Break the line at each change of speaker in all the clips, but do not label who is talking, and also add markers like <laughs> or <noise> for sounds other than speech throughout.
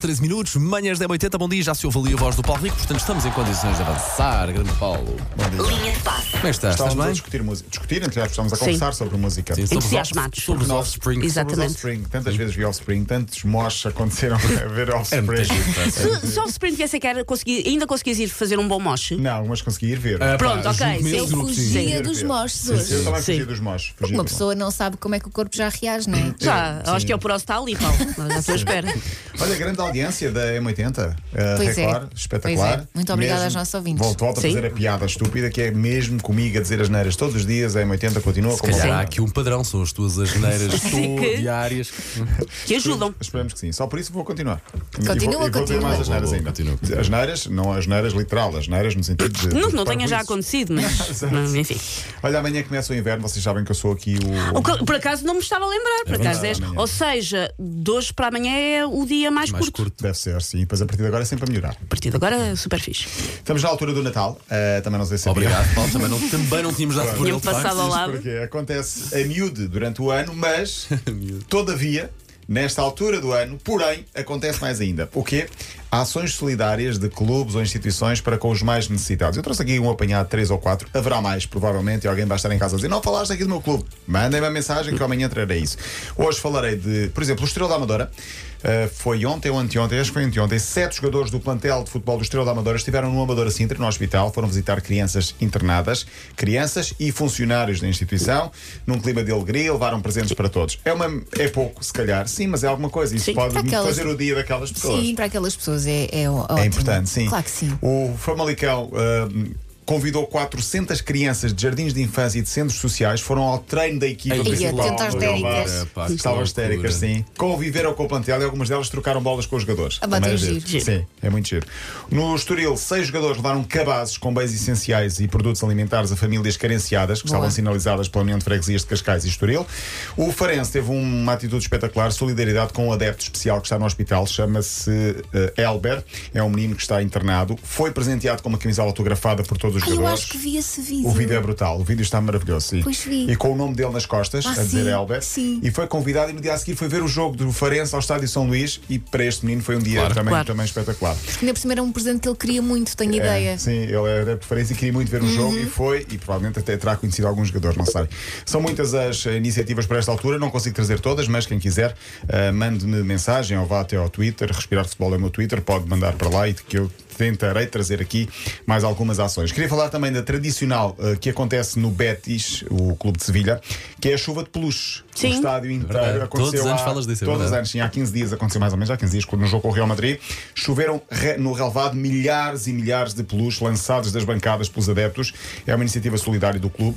13 minutos, manhãs 10h80, bom dia, já se ouve ali a voz do Paulo Rico, portanto estamos em condições de avançar, grande Paulo.
Linha de passe.
Como é que estás? Estás
Estávamos a
bem?
discutir música. Discutir, entre aspas, estávamos a conversar sobre música.
Sim, sobre os
Entusiasmados.
off- Sobre os offspring.
Sobre
Exato.
os
exatamente.
Offspring, tantas vezes vi Offspring, tantos moches aconteceram <laughs> a ver
É
Offspring.
tá
Se, se o Offspring viesse cá, consegui, ainda conseguias ir fazer um bom moche?
Não, algumas consegui ir ver.
Pronto, ok,
Eu
sim.
fugia
Sim.
dos mostres
Eu
hoje.
também fugi dos moches. fugi
Uma
dos
pessoa não sabe como é que o corpo já reage, não é?
Já, a osteoporose está ali, Paulo. Mas à tua espera.
moches. Olha, grande audiência da M80. eh,
Pois é.
Record,
Pois
espetacular.
é. Muito obrigada aos nossos ouvintes.
Volto, volto a
Sim.
fazer a piada estúpida que é mesmo comigo a dizer as neiras todos os dias. A M80 continua
Se
como
calhar há
sempre.
aqui um padrão, são as tuas asneiras
<laughs> Sim, que-
diárias.
Que
um-
ajudam.
Esperamos que sim. Só por isso vou continuar.
Continua,
e vou, e vou ter
continua.
mais as neiras
Boa, boa,
ainda.
continua.
As neiras, não as neiras literal, as neiras no sentido de.
Não,
de
não tenha já
parvoíces.
acontecido, mas, mas enfim.
Olha, amanhã começa o inverno, vocês sabem que eu sou aqui o.
Ah,
O que- por acaso não me estava a lembrar, por acaso
verdade,
és.
amanhã.
Ou seja, de hoje para amanhã é o dia mais,
Mais
curto.
curto.
Deve ser, sim. Depois a partir de agora é sempre a melhorar.
A partir de agora é super fixe.
Estamos na altura do Natal, eh, também não sei se é
Obrigado, Paulo, também não, também não tínhamos dado por ele.
Tinha-me
de facto.
passado ao lado.
Porque acontece a miúde durante o ano, mas todavia, nesta altura do ano, porém, acontece mais ainda. O quê? Ações solidárias de clubes ou instituições para com os mais necessitados. Eu trouxe aqui um apanhado de três ou quatro, haverá mais, provavelmente, e alguém vai estar em casa a dizer: Não falaste aqui do meu clube. Mandem-me uma mensagem que eu amanhã trarei isso. Hoje falarei de, por exemplo, o Estrela da Amadora. Uh, foi ontem ou anteontem, acho que foi anteontem, sete jogadores do plantel de futebol do Estrela da Amadora estiveram no Amadora Sintra, no hospital, foram visitar crianças internadas, crianças e funcionários da instituição, num clima de alegria, levaram presentes para todos. É, uma, é pouco, se calhar, sim, mas é alguma coisa. Isso
Sim.
pode
Para aquelas-
fazer o dia daquelas pessoas.
Sim, para aquelas pessoas é, é ótimo.
É importante, sim.
Claro que sim.
O Famalicão hum, convidou 400 crianças de jardins de infância e de centros sociais, foram ao treino da equipa
Ei,
principal.
atento às
do Real
histéricas.
Madrid.
É, pá, que
Estavam
loucura.
histéricas, sim. Conviveram com o plantel e algumas delas trocaram bolas com os jogadores.
Ah, bom,
Também
tem
é
giro.
Sim, é muito giro. No Estoril, seis jogadores levaram cabazes com bens essenciais e produtos alimentares a famílias carenciadas, que
Boa.
estavam sinalizadas pela União de Freguesias de Cascais e Estoril. O Farense teve uma atitude espetacular, solidariedade com um adepto especial que está no hospital, chama-se eh, Elber, é um menino que está internado. Foi presenteado com uma camisola autografada por todos os
Ai, eu
jogadores.
acho que vi esse vídeo.
O vídeo é brutal, o vídeo está maravilhoso. E,
Pois vi.
e com o nome dele nas costas,
Ah,
a dizer
sim,
Elber.
sim.
E foi convidado e no dia a seguir foi ver o jogo do Farense ao Estádio São Luís. E para este menino foi um dia
Claro.
também,
Claro.
também espetacular.
Ainda por cima era um presente que ele queria muito, tenho
É,
ideia.
sim, ele era da preferência e queria muito ver o jogo e foi, e provavelmente até terá conhecido alguns jogadores, não sei. São muitas as eh, iniciativas para esta altura, não consigo trazer todas, mas quem quiser, eh, mande-me mensagem ou vá até ao Twitter, Respirar Futebol é o meu Twitter, pode mandar para lá e que eu tentarei trazer aqui mais algumas ações. Queria falar também da tradicional eh, que acontece no Betis, o Clube de Sevilha, que é a chuva de peluche.
Sim.
O estádio inteiro
verdade.
aconteceu.
Todos os anos
há-
falas disso, é
Todos os
verdade.
anos, sim, há 15 dias, aconteceu mais ou menos há 15 dias, quando no jogo com o Real Madrid, choveram re- no relevado milhares e milhares de peluches lançados das bancadas pelos adeptos. É uma iniciativa solidária do clube.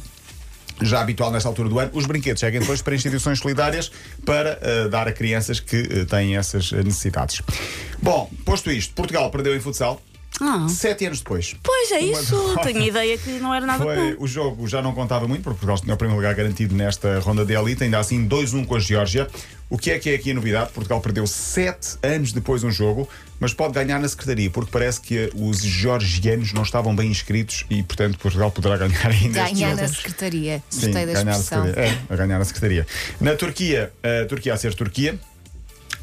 Já habitual nesta altura do ano, os brinquedos seguem depois para instituições solidárias para eh, dar a crianças que eh, têm essas eh, necessidades. Bom, posto isto, Portugal perdeu em futsal
Ah,
sete anos depois.
pois é isso. Tenho ideia que não era nada
Foi,
bom.
o jogo já não contava muito, porque Portugal tinha o primeiro lugar garantido nesta ronda de elite, ainda assim 2-1 com a Geórgia. O que é que é aqui a novidade? Portugal perdeu 7 anos depois um jogo, mas pode ganhar na secretaria, porque parece que eh, os georgianos não estavam bem inscritos e, portanto, Portugal poderá ganhar ainda este
Ganhar
jogo.
na secretaria.
Sim,
Gostei da
ganhar na
expressão.
secretaria. É, a ganhar na secretaria. Na Turquia, a Turquia a ser Turquia.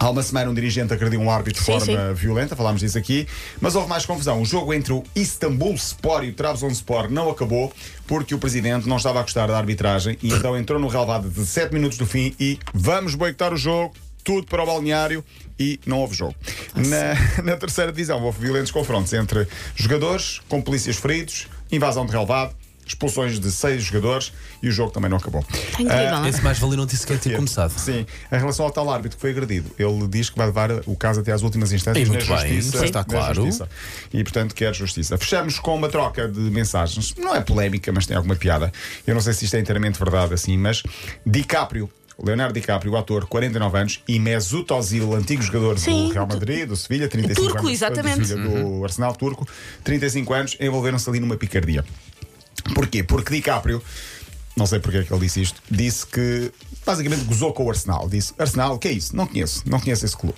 Há uma semana um dirigente agrediu um árbitro de
Sim,
forma violenta, falámos disso aqui, mas houve mais confusão. O jogo entre o Istanbul Sport e o Trabzonspor não acabou porque o presidente não estava a gostar da arbitragem e então entrou no relvado de 7 minutos do fim e vamos boicotar o jogo, tudo para o balneário e não houve jogo.
Ah,
<laughs> Na, na terceira divisão houve violentos confrontos entre jogadores, com polícias feridos, invasão de relvado, expulsões de seis jogadores e o jogo também não acabou.
É incrível, não é?
Ah, Esse mais valia não ter sequer ter começado.
Sim, em relação ao tal árbitro que foi agredido, ele diz que vai levar o caso até às últimas instâncias
E
na
muito bem,
justiça.
sim. está
na
claro.
justiça. E portanto quer justiça. Fechamos com uma troca de mensagens. Não é polémica, mas tem alguma piada. Eu não sei se isto é inteiramente verdade assim, mas DiCaprio. Leonardo DiCaprio, ator, 49 anos, e Mesut Ozil, antigo jogador
Sim,
do Real
do-
Madrid, do Sevilha, 35
Turco,
anos,
exatamente.
Do, Sevilha,
Uhum.
do Arsenal turco, 35 anos, envolveram-se ali numa picardia. Porquê? Porque DiCaprio, não sei porque é que ele disse isto, disse que basicamente gozou com o Arsenal. Disse: Arsenal, o que é isso? Não conheço, não conheço esse clube.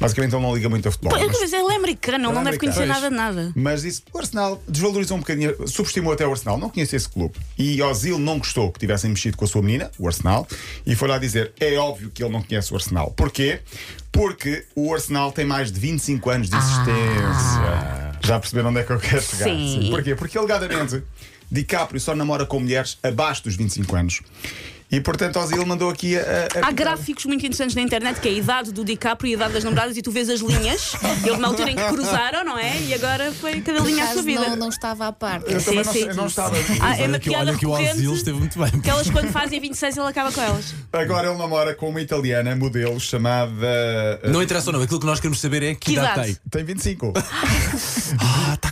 Basicamente ele não liga muito a futebol.
Pô, eu
mas-
quero dizer, ele é americano, ele não deve conhecer nada de nada.
Mas isso, o Arsenal desvalorizou um bocadinho, subestimou até o Arsenal, não conhecia esse clube. E Ozil não gostou que tivessem mexido com a sua menina, o Arsenal, e foi lá dizer: é óbvio que ele não conhece o Arsenal. Porquê? Porque o Arsenal tem mais de 25 anos de
Ah.
existência. Já perceberam onde é que eu quero chegar?
Sim.
Porquê? Porque alegadamente DiCaprio só namora com mulheres abaixo dos 25 anos. E portanto Ozil mandou aqui a. a- a-
Há gráficos muito interessantes na internet que é a idade do DiCaprio e a idade das namoradas e tu vês as linhas. Eles na altura em que cruzaram, não é? E agora foi cada linha à sua
Caso
vida.
não, não estava à parte.
Eu também não-
sim,
eu não
sim.
estava.
Ah, é
Olha
uma
que-
piada
olha que o Ozil
recorrente
esteve muito bem.
que é elas quando fazem 26 ele acaba com elas.
Agora ele namora com uma italiana modelo chamada. eh,
Não interessa ou não, aquilo que nós queremos saber é que,
Que
idade
idade?
tem.
Tem 25.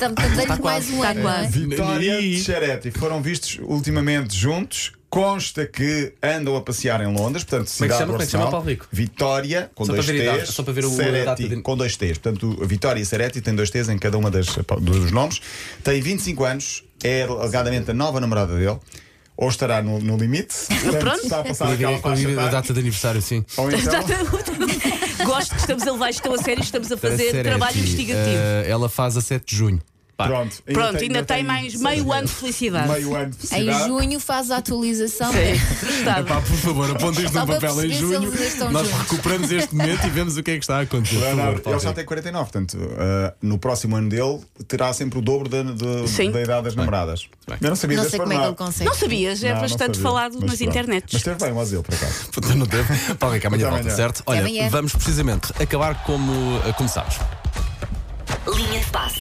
Tam- tam- Dei-lhe mais
quase,
um
tá
ano. não é?
quase.
Vitória
Ih.
de Xerete foram vistos ultimamente juntos. Consta que andam a passear em Londres, portanto,
Como é que
cidade
chama?
do
Como é que chama,
Arsenal.
Paulo Rico?
Vitória com
Só para
dois
ver a idade,
T's,
só para ver o- a
Sereti,
data de-
com dois T's. Portanto, Vitória e Sereti têm dois T's em cada uma das dos nomes. Tem 25 anos, é alegadamente a nova namorada dele. Ou estará no, no
<laughs>
limite, portanto,
Pronto.
está a passar aquela
Com
faixa
É a
etária.
data de aniversário, sim.
Ou então,
<laughs> Gosto que estamos a levar isto tão a sério, estamos a
Tá
fazer
Sereti,
trabalho investigativo.
eh, ela faz a 7 de junho. Pá.
pronto,
Pronto, ainda, tem, mais meio ano de felicidade.
meio ano de
Em
cidade.
junho faz a atualização.
Gostava.
Pá, por favor, aponta isto
Só
num
para
papel em
perceber se
junho.
eles estão
Nós
juntos.
recuperamos este momento e vemos o que é que está a acontecer. Por
Não, não,
favor, Paulo
ele já
Rico.
tem 49, portanto, ah, no próximo ano dele terá sempre o dobro da, de-
Sim.
da idade das namoradas. Eu não sabia
Não
desse
sei como é que ele
pormenor.
consegue.
Não sabias, é
Não, não
bastante
sabia,
falado
mas
nas
pronto.
internets.
Mas teve bem o asilo, por acaso.
Puta, Não deve. Paulo Rico, amanhã
Até
volta,
amanhã.
certo?
amanhã.
Olha, vamos precisamente acabar como eh, começámos.
Linha de passe.